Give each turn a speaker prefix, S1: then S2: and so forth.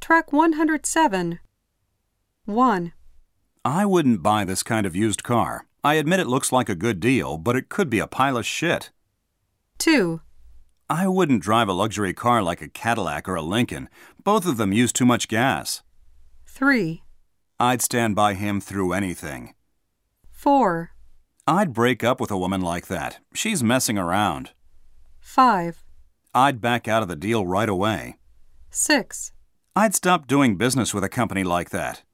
S1: Track 107. 1,
S2: I wouldn't buy this kind of used car. I admit it looks like a good deal, but it could be a pile of shit.
S1: 2,
S2: I wouldn't drive a luxury car like a Cadillac or a Lincoln. Both of them use too much gas.
S1: 3,
S2: I'd stand by him through anything.
S1: 4,
S2: I'd break up with a woman like that. She's messing around.
S1: 5,
S2: I'd back out of the deal right away.
S1: 6.
S2: I'd stop doing business with a company like that.